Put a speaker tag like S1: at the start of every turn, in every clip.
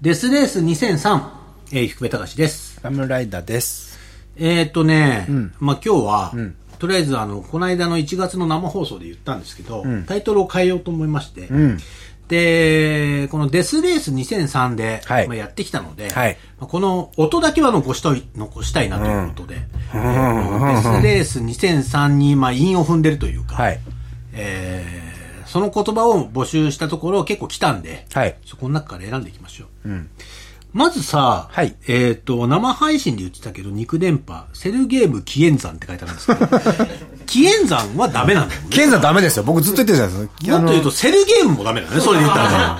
S1: デスレース2003、えー、低部隆です。
S2: ラムライダーです。
S1: えー、っとね、まあ今日は、とりあえずあの、この間の1月の生放送で言ったんですけど、タイトルを変えようと思いまして、で、このデスレース2003で、
S2: はい
S1: まあ、やってきたので、
S2: はい
S1: まあこの音だけは残したい、残したいなということで、えーとデスレース2003に、まあ、韻を踏んでるというか、
S2: はい。
S1: えーその言葉を募集したところ結構来たんで、
S2: はい
S1: そこの中から選んでいきましょう。まずさ、
S2: はい
S1: えっ、と、生配信で言ってたけど、肉電波、セルゲーム紀元山って書いてあるんですけど、 紀元山はダメなんだよね。
S2: ケンさんダメですよ。僕ずっと言ってるじゃないで
S1: も
S2: すか。
S1: っと言うと、セルゲームもダメだね、それで言ったら。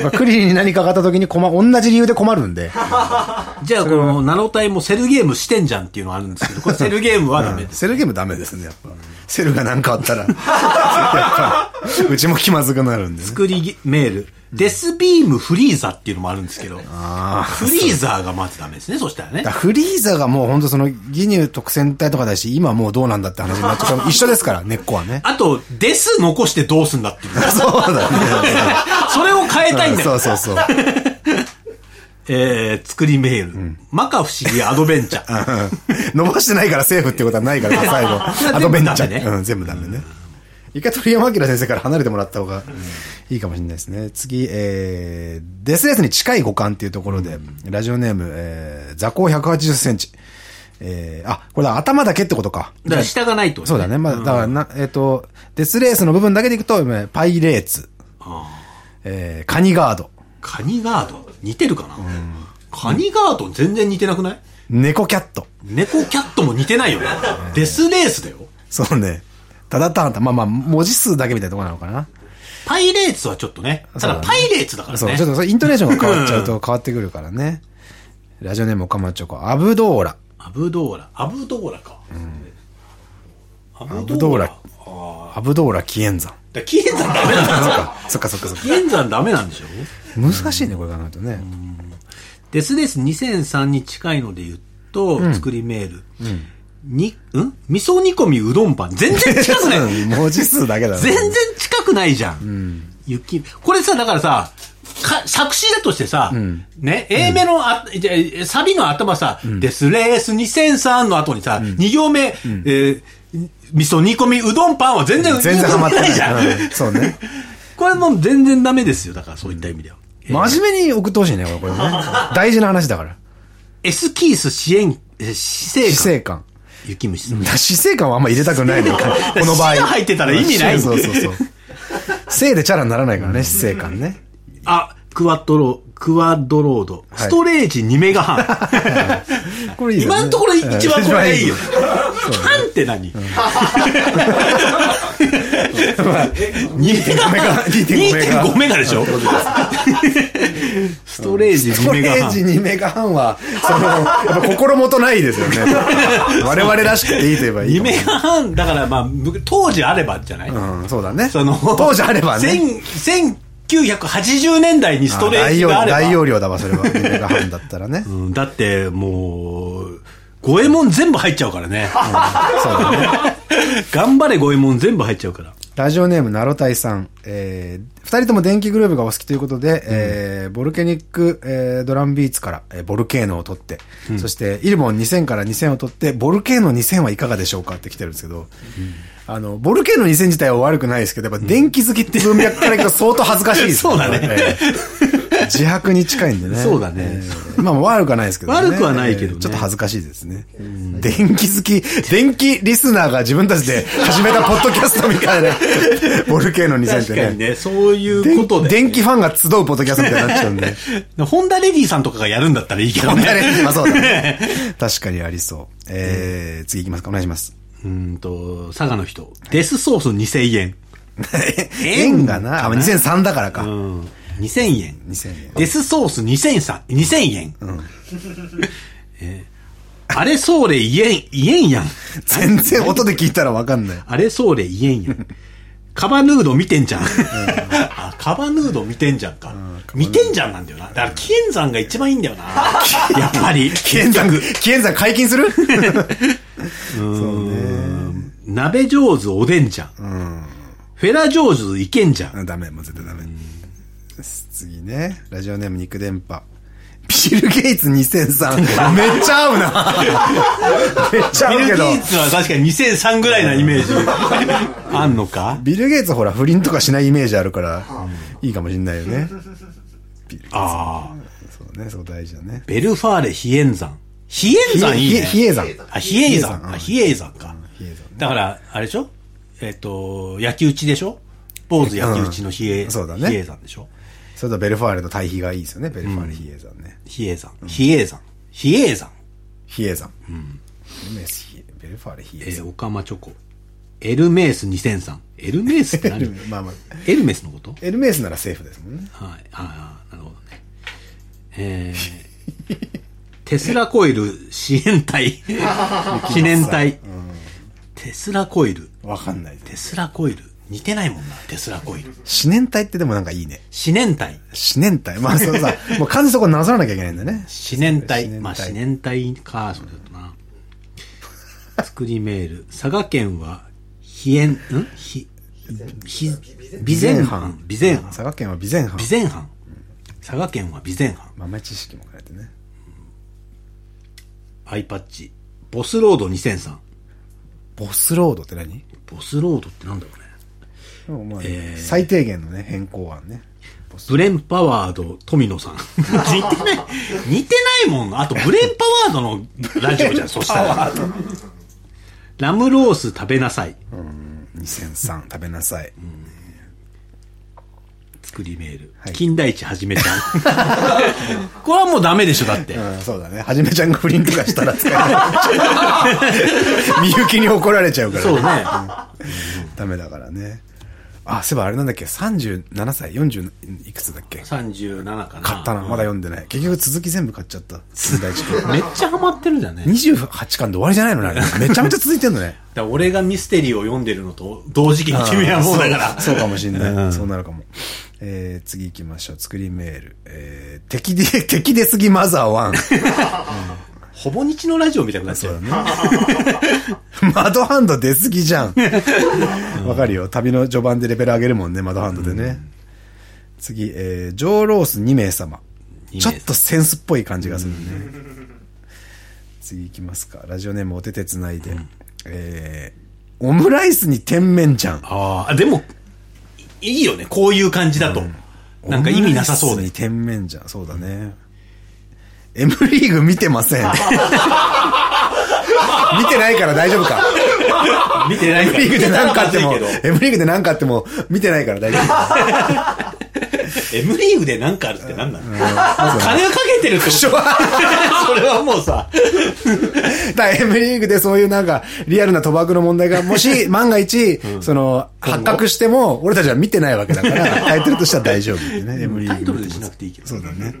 S2: やっぱクリリンに何かがあった時に困、同じ理由で困るんで。
S1: じゃあ、この、ナロタイもセルゲームしてんじゃんっていうのがあるんです けど、これセルゲームはダメです。
S2: セルゲームダメですね、やっぱ。セルが何かあ ったら。やっぱ、うちも気まずくなるんでね。
S1: 作りメール、デスビームフリーザっていうのもあるんですけど、フリーザーがまずダメですね、そしたらね
S2: だ。からフリーザがもう本当そのギニュー特選隊とかだし、今もうどうなんだって話になっちゃう。一緒ですから、根っこはね。
S1: あと、デス残してどうすんだって いう。
S2: そうだね。
S1: それを変えたいんだ
S2: そ
S1: よ。
S2: うそうそう。
S1: えー、作りメール。摩訶不思議アドベンチ ャー。
S2: 伸ばしてないからセーフってことはないから、最後。アドベンチャ
S1: 全
S2: ー
S1: 部ダメね
S2: うん、全部ダメね。一回鳥山明先生から離れてもらった方がいいかもしれないですね。次、えー、デスレースに近い五感っていうところで、ラジオネーム、えー、座高180センチ。えー、あ、これだ、頭だけってことか。
S1: だから下がないってこと
S2: そうだね。まあ、だからな、えっ、と、デスレースの部分だけでいくと、えーパイレーツ。えー、カニガード。
S1: カニガード。似てるかな、カニガード全然似てなくない
S2: 猫キャット。
S1: 猫キャットも似てないよね。デスレースだよ。
S2: そうね。ただただ、まあまあ、文字数だけみたいなところなのかな。
S1: パイレーツはちょっとね。ただパイレーツだから
S2: そう、
S1: ね。
S2: ちょっとそれイントネーションが変わっちゃうと変わってくるからね。ラジオネーム岡マチョコ、アブドーラ。
S1: アブドーラ。アブドーラか。ア
S2: ア
S1: ブ
S2: ブ
S1: ド
S2: ド
S1: ー
S2: ー
S1: ラ。
S2: ラ。アブドーラ紀元山。
S1: だから紀元山ダメなんだよ。
S2: そっかそっかそっか。
S1: 紀元山ダメなんでしょ
S2: 難しいね、これ考えるとね。
S1: デスレース2003に近いので言うと、作りメール。に、うん味噌煮込みうどんパン。全然近くない
S2: 文字数だけだね
S1: 全然近くないじゃん。雪、これさ、だからさ、か作詞だとしてさ、ね、A 目のあ、じゃあサビの頭さ、デスレース2003の後にさ、2行目、えー味噌煮込みうどんパンは全然、
S2: 全然ハマってない
S1: じゃん。
S2: うんそうね。
S1: これもう全然ダメですよ、だからそういった意味では。
S2: 真面目に送ってほしいね、これこれね。大事な話だから。
S1: エスキース支援、え死生
S2: 死
S1: 館、
S2: 生観。
S1: 雪虫さん。
S2: だ死生観はあんま入れたくないね、この場合。
S1: 死が入ってたら意味ない
S2: そうそうそう。 生でチャラにならないからね、死生観ね。
S1: あ、クワッドロー、クワッドロード。ストレージ2メガ 半。
S2: これいいよね
S1: 今のところ一番これがいいよ。
S2: 一
S1: 半って何 ?2 メガ半。
S2: 番いい
S1: 2.5メガでしょ ストレージ
S2: スト
S1: 2メガ
S2: レージ
S1: 半。
S2: 2メガ半は、 その、やっぱ心もとないですよね。我々らしくていいと言えばいい
S1: 2
S2: と思う。
S1: メガ半、だからまあ、む当時あればじゃない
S2: うん、そうだね。
S1: その、
S2: 当時あればね。
S1: 1000 1980年代にストレー
S2: 大
S1: ジ
S2: 容
S1: が
S2: 量、
S1: あれば。
S2: 大容量だわ、それは。2メガ半だった らね。うん
S1: うんだって、もう、五右衛門全部入っちゃうから ね。
S2: そうだね。
S1: 頑張れ五右衛門全部入っちゃうから。
S2: ラジオネーム、ナロタイさん。えー、二人とも電気グルーブがお好きということで、えーボルケニック、えードラムビーツから、えーボルケーノを取って、そして、イルボン2000から2000を取って、ボルケーノ2000はいかがでしょうかって来てるんですけど、あの、ボルケーノ2000自体は悪くないですけど、やっぱ電気好きって文脈からいくと相当恥ずかしいです
S1: そうだね
S2: えー自白に近いんでね。
S1: そうだね
S2: えーまあ、悪くはないですけどね。
S1: 悪くはないけどね
S2: ちょっと恥ずかしいですね。電気好き、電気リスナーが自分たちで始めたポッドキャストみたいな、ボルケーノ2000っ
S1: 確か
S2: て
S1: に
S2: ね。
S1: ね、そういうこと
S2: 電
S1: で。
S2: 電気ファンが集うポッドキャストみたいになっちゃうんで。
S1: ホンダレディさん とかがやるんだったらいいけど
S2: 本当に
S1: ね。
S2: まあそう だね。確かにありそう。えー、次行きますか。お願いします。
S1: うんと、佐賀の人。デスソース2000円。
S2: 円がな、あ、まあ2003だからか。
S1: うん。2000円。
S2: 2000円
S1: デスソース2000さ、2000円。 えーあれそうれ言えん、言えんやん。
S2: 全然音で聞いたらわかんない。
S1: あれそうれ言えんやん。カバヌード見てんじゃん。あ、カバヌード見てんじゃんか。見てんじゃんなんだよな。だから、キエンザンが一番いいんだよな。 やっぱり。
S2: 紀元山、紀元山解禁する
S1: 鍋上手おでんじゃん。フェラ上手いけんじゃん。
S2: ダメ、もう絶対ダメ。です。次ね。ラジオネーム肉電波。ビル・ゲイツ2003。めっ ちゃ合う なめっちゃ
S1: ビ
S2: 合う
S1: ル・
S2: けど
S1: ゲ。イツは確かに2003ぐらいなイメー ジ。あんのか
S2: ビル・ゲイツほら、不倫とかしないイメージあるから、いいかもしんないよ ね。
S1: ああ。
S2: そうね、そこ大事だね。
S1: ベルファーレ・比叡山。比叡山いいね。
S2: 比叡山。
S1: あ、比叡山。あ、比叡山か。
S2: 比叡山
S1: だから、あれでしょえっ、と、焼き討ちでしょ坊主焼き討ちの比叡、
S2: うんそうだね
S1: 比叡山でしょ
S2: それとベルファーレと対比がいいですよね。ベルファーレ、比叡山ね。
S1: 比叡山。比叡山。比叡山。
S2: 比叡山。MS ベルファーレ、比
S1: え
S2: 叡
S1: ー、オカマチョコ。エルメース2003。エルメースって 何
S2: 山。まあまあ。
S1: エルメスのこと
S2: エルメスならセーフですもんね。
S1: はい。ああ、なるほどね。えー、テスラコイル支援 隊。記念隊。テスラコイル。
S2: わかんないです。
S1: テスラコイル。似てないもんな、テスラコイル。
S2: 四年体ってでもなんかいいね。
S1: 四年隊。
S2: 四年体。 まあそうさ、もう完全にそこなぞらなきゃいけないんだね。
S1: 四年隊
S2: 四年。隊
S1: まあ、四年隊か、そうだとな。作りメール。佐賀県は、非縁、ん非、非、備前藩。備前藩。
S2: 佐賀県は備前藩
S1: 備。前藩。佐賀県は備前藩。
S2: 豆知識も変えてね。
S1: アイパッチ。ボスロード2003。
S2: ボスロードって何
S1: ボスロードってなんだろうね。
S2: でもまあ最低限のね、変更案ね。
S1: ブレンパワード富野さん。 似てない、似てないもん。あと、ブレンパワードのラジオじゃん、そしたら。ラムロース食べなさい。
S2: 2003食べなさい。
S1: 作りメール。
S2: はい
S1: 金田一はじめちゃん。これはもうダ メでしょ、だって。
S2: うん、そうだね。はじめちゃんが不倫とかしたら使えない。 みゆきに怒られちゃうから、
S1: そうね。
S2: ダメだからね。あ、そういえばあれなんだっけ ?37 歳 ?40 いくつだっけ
S1: 37かな。
S2: 買ったな。まだ読んでない。結局続き全部買っちゃ った。金田一君。
S1: めっちゃハマってるじゃんね。だか
S2: 28巻で終わりじゃないのね、あれめちゃめちゃ続いてんのね。
S1: ら俺がミステリーを読んでるのと同時期に 君はもうだから。
S2: そうそうかもしんない。そうなるかも。えー、次行きましょう。作りメール。えー、敵で、敵ですぎマザー1。
S1: ほぼ日のラジオみたいになっちゃう。
S2: マドハンド出すぎ じゃん。わかるよ。旅の序盤でレベル上げるもんね、マドハンドでね。次、えー、ジョーロース2名様。
S1: 二名
S2: ちょ
S1: 様
S2: っとセンスっぽい感じがするね。次行きますか。ラジオネームお手手つないで。えー、オムライスに甜麺醤。
S1: ああ、でも、いいいよね、こういう感じだと。なんか意味なさそう
S2: オムライスに
S1: で。
S2: 天面じゃん。そうだね。M リーグ見て ません。見てないから大丈夫か。
S1: 見てない
S2: M
S1: から。
S2: リーグで何かあっても、
S1: 見たらまずい
S2: M リーグで何かあっても、見てないから大丈夫。
S1: けど M リーグで何かあるって何なのもう金をかけてるってこと それはもうさ、
S2: だから M リーグでそういうなんか、リアルな賭博の問題が、もし万が一、その、発覚しても、俺たちは見てないわけ だから、タイトルとしては大丈夫っていうね。M リーグ
S1: タ
S2: 見てません。
S1: イトルでしなくていいけど。
S2: そうだね。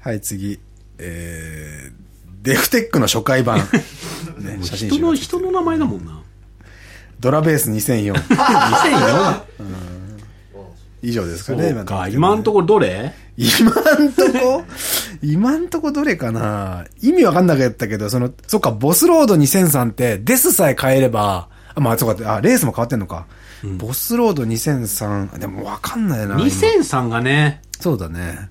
S2: はい、次。えー、デフテックの初回 版。ね、写真
S1: 人
S2: 集
S1: の、人の名前だもんな。
S2: ドラベース2004。
S1: 2004
S2: 以上ですかね、
S1: そうか、今んとこどれ
S2: 今んとこ、今んとこどれかな意味わかんなかったけど、その、そっか、ボスロード2003って、デスさえ変えれば、あ、まあ、そうか、あ、レースも変わってんのか。ボスロード2003、でもわかんないな。今
S1: ?2003 がね、
S2: そうだね。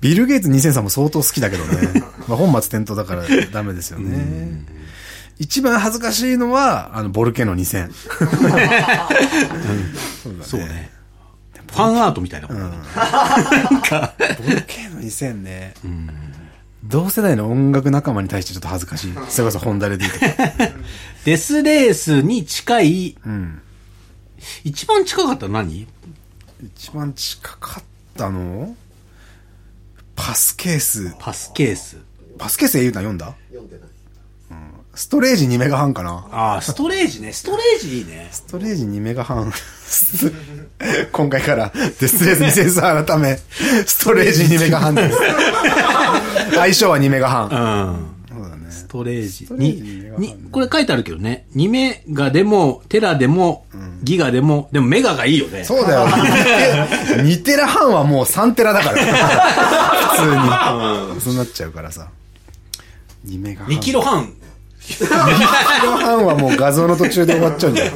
S2: ビル・ゲイツ2003も相当好きだけどね。まあ本末転倒だからダメですよね。一番恥ずかしいのは、あの、ボルケノ2000。
S1: そうね。ファンアートみたいなことだね
S2: ボルケノ2000ね。同世代の音楽仲間に対してちょっと恥ずかしい。それこそホンダレディとか。
S1: デスレースに近い、一番近かったの何
S2: 一番近かったのパスケース。
S1: パスケース。
S2: パスケース英雄な読んだ読んでない。ストレージ2メガ半かな
S1: ああ、ストレージね。ストレージいいね。
S2: ストレージ2メガ半。 今回からデスレース2003改め、ストレージ2メガ半です。相性は2メガ半。
S1: うん。
S2: そうだね。
S1: ストレージ。
S2: トレージに
S1: に
S2: 目が、入ん
S1: に、これ書いてあるけどね。2メガでも、テラでも、ギガでも、でもメガがいいよね。
S2: そうだよ。2テラ半はもう3テラだから。普通に。そうなっちゃうからさ。2メガ半。
S1: 2キロ半。
S2: 2キロ半はもう画像の途中で終わっちゃうんだよ。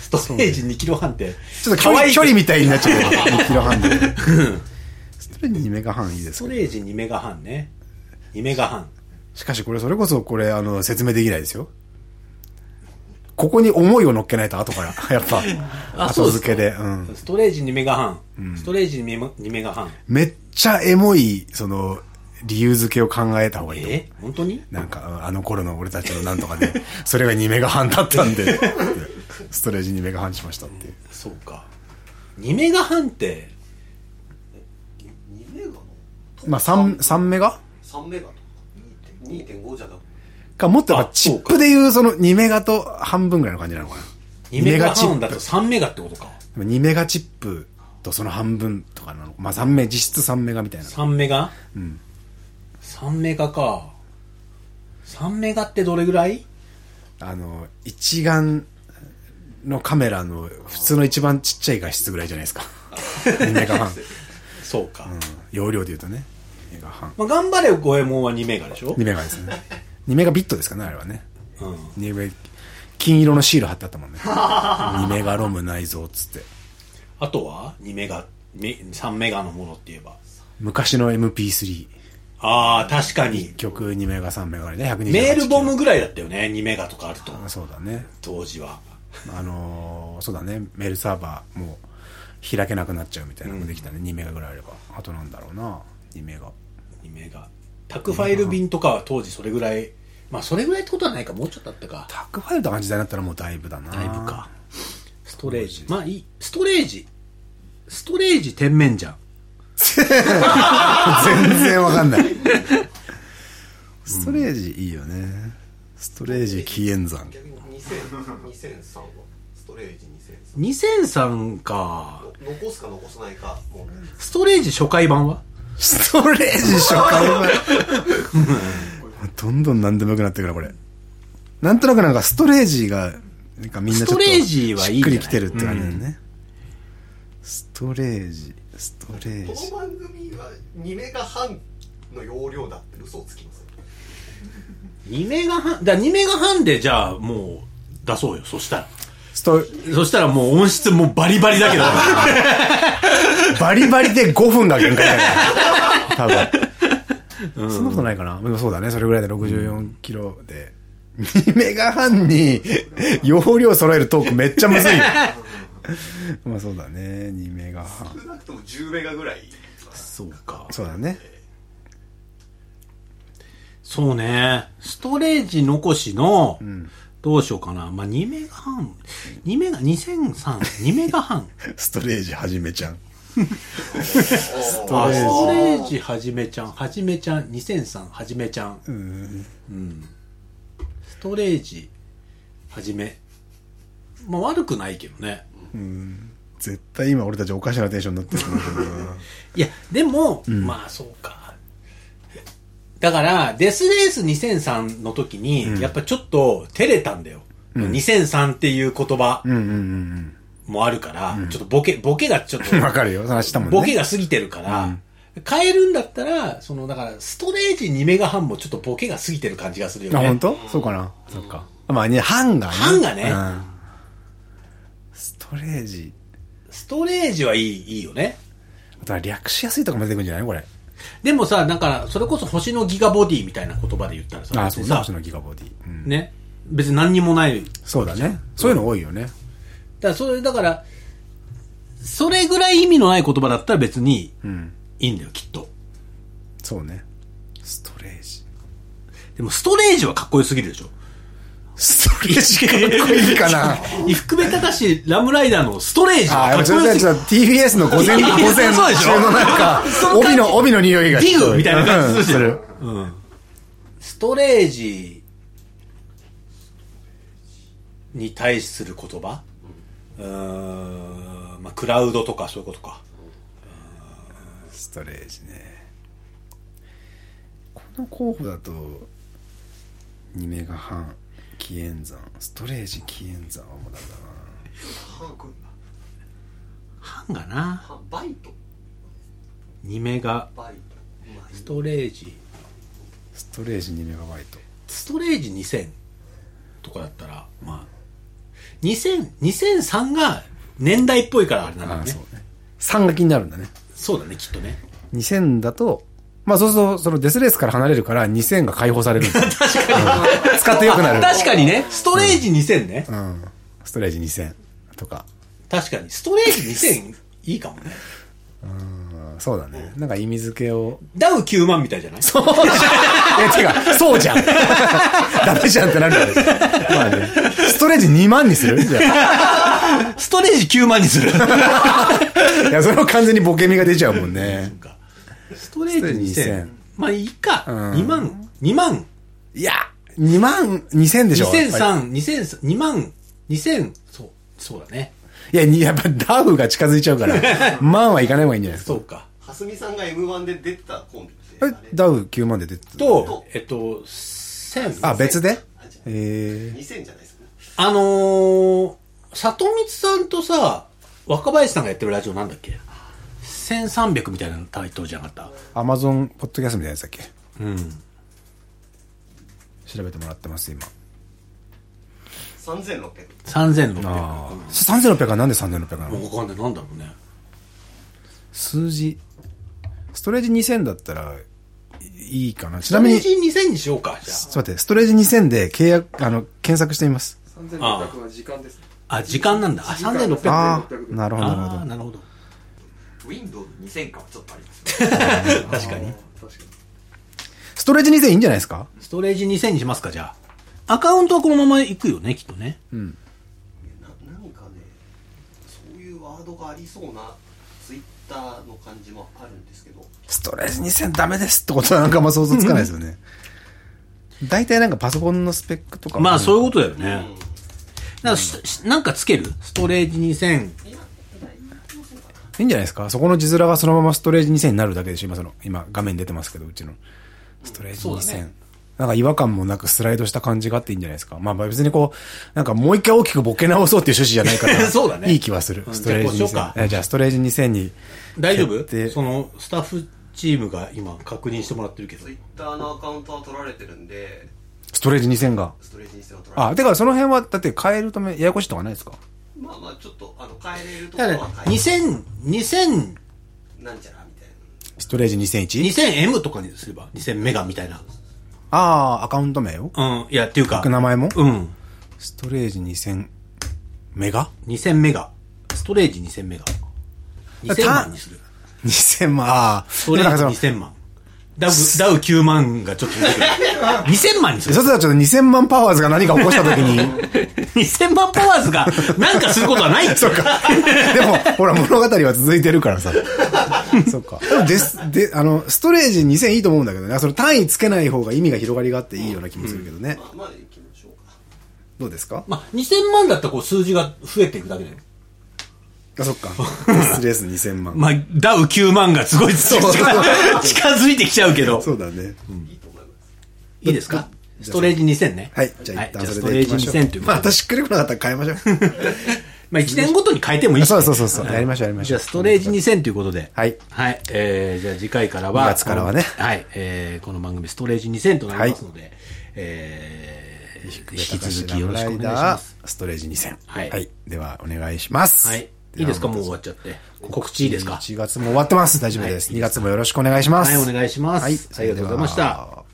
S2: ス
S1: とページ2キロ半って。
S2: ちょっと
S1: 可
S2: 距離
S1: 愛い
S2: 距離みたいになっち ゃった2キロ半で。ストレージ2メガ半いいです
S1: スト
S2: けど
S1: レージ2メガ半ね。2メガ半。
S2: しかしこれそれこそこれあの説明できないですよ。ここに思いを乗っけないと後から、 やっぱ、
S1: あそう
S2: 後
S1: です
S2: 付けで。うん。
S1: ストレージ2メガ半。ストレージ2メ2メガ半。
S2: めっちゃエモい、その、理由付けを考えた方がいいと思う
S1: え本当に
S2: なんか、うんあの頃の俺たちのなんとかで、それが2メガ半だったんで、ってストレージ2メガ半しましたっていう。
S1: そうか。2メガ半って、
S3: 2メガの
S2: まあ3、3メガ
S3: 3メガとか2.5 2.5じゃなくて
S2: か、もっとやっぱ
S1: あ
S2: チ
S1: そう
S2: ッ
S1: か
S2: プでいうその2メガと半分ぐらいの感じなのかな。
S1: 2メガ
S2: チ
S1: 半
S2: ッ
S1: だと3メガってことか。
S2: プ。2メガチップとその半分とかなの。まあ3メ、実質3メガみたいな。
S1: 3メガうん。3メガか。3メガってどれぐらい
S2: あの、一眼のカメラの普通の一番ちっちゃい画質ぐらいじゃないですか。2メガ半。
S1: そうか。
S2: 容量で言うとね。2メガ半。
S1: まあ、頑張れ五右衛門は2メガでしょ
S2: 2メガですね。2メガビットですかね、あれはね。
S1: うん。
S2: 2メガ、金色のシール貼ってあったもんね。2メガロム内蔵っつって。
S1: あとは2メガ、め3メガのものって言えば。
S2: 昔の MP3。
S1: ああ、確かに。
S2: 曲2メガ3メガね、128
S1: メールボム
S2: キ
S1: ぐらいだったよね。2メガとかあると。
S2: ロそうだね。
S1: 当時は。
S2: あのーそうだね。メールサーバーもう開けなくなっちゃうみたいなのもできたね。2メガぐらいあれば。あとなんだろうな。2メガ。
S1: 2メガ。タクファイル便とかは当時それぐらい。まあ、それぐらいってことはないか。もうちょっとあったか。
S2: タックファイルとかの時代になったらもうだいぶだな。
S1: だいぶか。ストレージ。まあいい。ストレージ。ストレージ天面じゃん。
S2: 全然わかんない。ストレージいいよね。ストレージ紀元山。
S3: 逆に2000 2003はストレージ2003
S1: 2003か。
S3: 残すか残さないかもうね
S1: ストレージ初回版は
S2: ストレージ初回版。どんどん何でもよくなってくるなこれ。なんとなくなんかストレージが、なんかみんなちょっと
S1: ストレージはいい
S2: しっ
S1: んじゃな
S2: くり
S1: い
S2: きてるって感じだよね。ストレージ、ストレー
S3: こ
S2: ジ
S3: の。番組は2メガ半の容量だって嘘をつきます
S1: 2メガ半、だ2メガ半でじゃあもう出そうよ。そしたら。
S2: スト、
S1: そしたらもう音質もうバリバリだけど。
S2: バリバリで5分が限界だから。多分。そんなことないかな。でもそうだね。それぐらいで64キロで。2メガ半に容量揃えるトークめっちゃむずいよ。まあそうだね。2メガ半。
S3: 少なくとも10メガぐらい
S1: そうか。
S2: そうだね。
S1: そうね。ストレージ残しの、どうしようかな。まあ、2メガ半。2メガ、2003、2メガ半。
S2: ストレージはじめちゃん。
S3: ス
S2: トレ
S1: あ
S2: ージ
S1: ストレージはじめちゃん、はじめちゃん、2003はじめちゃん。うん。ストレージはじめ。まあ悪くないけどね。
S2: 絶対今俺たちおかしなテンションになってると思うけどな。
S1: いや、でも、まあそうか。だから、デスレース2003の時に、やっぱちょっと照れたんだよ。2003っていう言葉
S2: うんうん
S1: もあるから、ちょっとボケ、ボケがちょ っと
S2: うん。わかるよ。話したもんね。
S1: ボケが過ぎてるから、変えるんだったら、その、だから、ストレージ2メガ半もちょっとボケが過ぎてる感じがするよ
S2: あ、
S1: ね。
S2: 本当？そうかな。そっか。まあね、半がね。
S1: 半がね
S2: うん。ストレージ。
S1: ストレージはいい、いいよね。
S2: あとは略しやすいとかも出てくるんじゃないこれ。
S1: でもさ、だから、それこそ星のギガボディみたいな言葉で言ったらさ、
S2: あ、
S1: 別
S2: そう
S1: に
S2: だ。
S1: さ
S2: 星、のギガボディ。うん
S1: ね、別に何にもない。だか
S2: そうだね。そういうの多いよね。
S1: ら、それ、だから、それぐらい意味のない言葉だったら別に
S2: うん。
S1: いいんだよ、きっと。
S2: そうね。ストレージ。
S1: でも、ストレージはかっこよすぎるでしょ。
S2: ストレージかっこいいかな。
S1: 福部隆ラムライダーのストレージ
S2: あ
S1: はか
S2: やっぱ
S1: っ
S2: ち
S1: こ
S2: ょっ
S1: よす
S2: と
S1: ぎ
S2: ちょ
S1: る。
S2: っと TBS の 午前、午前
S1: そうでしょ
S2: 中のなんか
S1: そ、の感
S2: 帯
S1: じ
S2: の、帯の匂いが
S1: ディグみたいな感じするじゃん
S2: うん
S1: ストレージに対する言葉うーん、まあ、クラウドとかそういうことか。
S2: ストレージねこの候補だと2メガ半紀元山ストレージ紀元山はもうダメだ
S3: 半くんだ
S1: ハンがな。
S3: 半バイト
S1: 2メガ、
S3: バイトまあ
S1: ストレージ、
S2: なストレージ2メガバイト
S1: ストレージ2000とかだったら、まあ、 2000 2003が年代っぽいからあれなんだ
S2: あ
S1: よ
S2: あ、
S1: ね
S2: そう。ね。3が気になるんだね。
S1: そうだね、きっとね。
S2: 2000だと、まあそうすると、そのデスレースから離れるから2000が解放されるんだよ
S1: 確かに。
S2: 使ってよくなる。
S1: 確かにね、ストレージ2000ね。
S2: うん。ストレージ2000とか。
S1: 確かに。ストレージ2000いいかもね。
S2: うんそうだね。なんか意味付けを。
S1: ダウ9万みたいじゃない
S2: そうじゃん。え、違う。そうじゃん。ダメじゃんってなるんだけど。まあね。ストレージ2万にするじゃあ
S1: ストレージ9万にする。
S2: いや、それは完全にボケ身が出ちゃうもんね
S1: そう。かストレージ
S2: ストレージ
S1: 2000
S2: 2000。
S1: まあいいか。
S2: うん
S1: 2万、2万、
S2: いや、2万、2000でしょ。やっぱ
S1: 2003、2003、2万、2000、そう、そうだね。
S2: りいや、にやっぱダウが近づいちゃうから、万はいかない方がいいんじゃないですか。
S1: そうか。
S3: 蓮見さんが M1 で出てたコンビってあ
S2: え、ダウ9万で出てた。
S1: と、えっと、1000。
S2: あ、別で
S3: れ
S2: え
S3: 2000じゃないですかね
S1: あのー、里光さんとさ、若林さんがやってるラジオなんだっけ ?1300 みたいなタイトルじゃなかっ
S2: ー、アマゾンポッドキャストみたいなやつだっけ
S1: たうん。
S2: 調べてもらってます、今。
S3: 3600
S1: 3600。
S2: ああ。3600はなんで3600なの
S1: もうわかんない。なんだろうね。
S2: 数字ストレージ2000だったらいいかなちなみに
S1: ストレージ2000にしようか、じゃ
S2: ちょっと待ってストレージ2000で契約あの検索してみます
S4: 3600は時間ですね
S1: あ。あ、時間なんだ。あ、3600。
S2: あ
S1: あ
S2: あなるほどなる
S1: あ
S2: ほ
S1: ー、
S2: ど
S1: なるほど。
S4: Windows2000 かはちょっとあります
S1: 確かに。
S4: 確かに
S2: ストレージ2000いいんじゃないですか
S1: ストレージ2000にしますか、じゃあ。アカウントはこのまま行くよね、きっとね。
S3: ななんかねそういうワードがありそうなツイッターの感じもあるんですけど
S2: ストレージ2000ダメですってことはなんかあんま想像つかないですよね 大体なんかパソコンのスペックとか
S1: まあ、そういうこととだよね。なんかし、しなんかつけるストレージ2000。
S2: いいんじゃないですかそこの字面がそのままストレージ2000になるだけでしょ今その今画面出てますけどうちのストレージ
S1: そうだ
S2: 2000、
S1: ね
S2: なんか違和感もなくスライドした感じがあっていいんじゃないですかまあまあ別にこうなんかもう一回大きくボケ直そうっていう趣旨じゃないから
S1: そうだね
S2: いい気はする
S1: うん
S2: ストレージ
S1: じゃあこうしようか
S2: 2000えじゃあストレージ2000に
S1: 大丈夫
S2: 決定
S1: その、スタッフチームが今確認してもらってるけど
S3: ツイ。ッターのアカウントは取られてるんで
S2: ストレージ2000が
S3: ストレージにしては取られて
S2: あてかその辺はだって変えるためややこしいとかないですか
S3: るまあまあちょっとあの変えれるとこ
S1: だ
S3: ろ
S1: から
S3: は、変える
S1: 2000、2000、
S3: なんちゃらみたいな
S2: ストレージ 2001?
S1: m とかにすれば、2000メガみたいな。
S2: ああアカウント名を
S1: うん、いや、っていうか。
S2: 名前も
S1: うん。
S2: ストレージ2000メガ
S1: 2000メガ。ストレージ2000メガ。2000万にする。
S2: 2000万ああ
S1: ストレージ2000万。ダウ、ダウ9万がちょっと出 てくる。2000万にす
S2: で
S1: る
S2: そ。したらちょっと2000万パワーズが何か起こした時 に、
S1: 2000万パワーズがなんかすることはないって。
S2: そうか。でも、ほら、物語は続いてる からさ。そっか。でもです、で、あの、ストレージ2000いいと思うんだけどね。その単位つけない方が意味が広がりがあっていいような気もするけどね。
S3: まあまあ行きましょうか
S2: どうです か
S1: まあ、2000万だったらこう数字が増えていくだけだよ。
S2: あ、そっか。デスレース2000万。
S1: まあ、ダウ9万がすごい 近づいてきちゃうけど。
S2: そうだね。
S1: いいですかストレージ2000ね。
S2: はい。じゃあ一
S1: は
S2: 旦
S1: いス
S2: そ
S1: ト
S2: れで
S1: レ
S2: い
S1: ー
S2: き
S1: ジ
S2: ましょう。
S1: 2000というこ
S2: まあ、
S1: とで。
S2: 私しっくりこなかったら変えましょう。
S1: まあ、1年ごとに変えてもいいし
S2: そうそうそうそう。やりましょう、やりまし
S1: じ
S2: ょ
S1: ゃ
S2: う。
S1: あ、ストレージ2000ということで。
S2: はい
S1: はい。えー、じゃあ次回からは。
S2: 二月からはね
S1: このはい。えー、この番組ストレージ2000となりますので、えー、引き続きよろしくお願いします。
S2: ストレージ2000。
S1: はい
S2: では、お願いします。
S1: はい。いいですかもう終わっちゃって。告知いいですか
S2: 1月も終わってます。大丈夫です。
S1: はい
S2: 2月もよろしくお願いします。
S1: はい、お願いします。
S2: はい
S1: ありがとうございまし
S2: それで
S1: た
S2: は。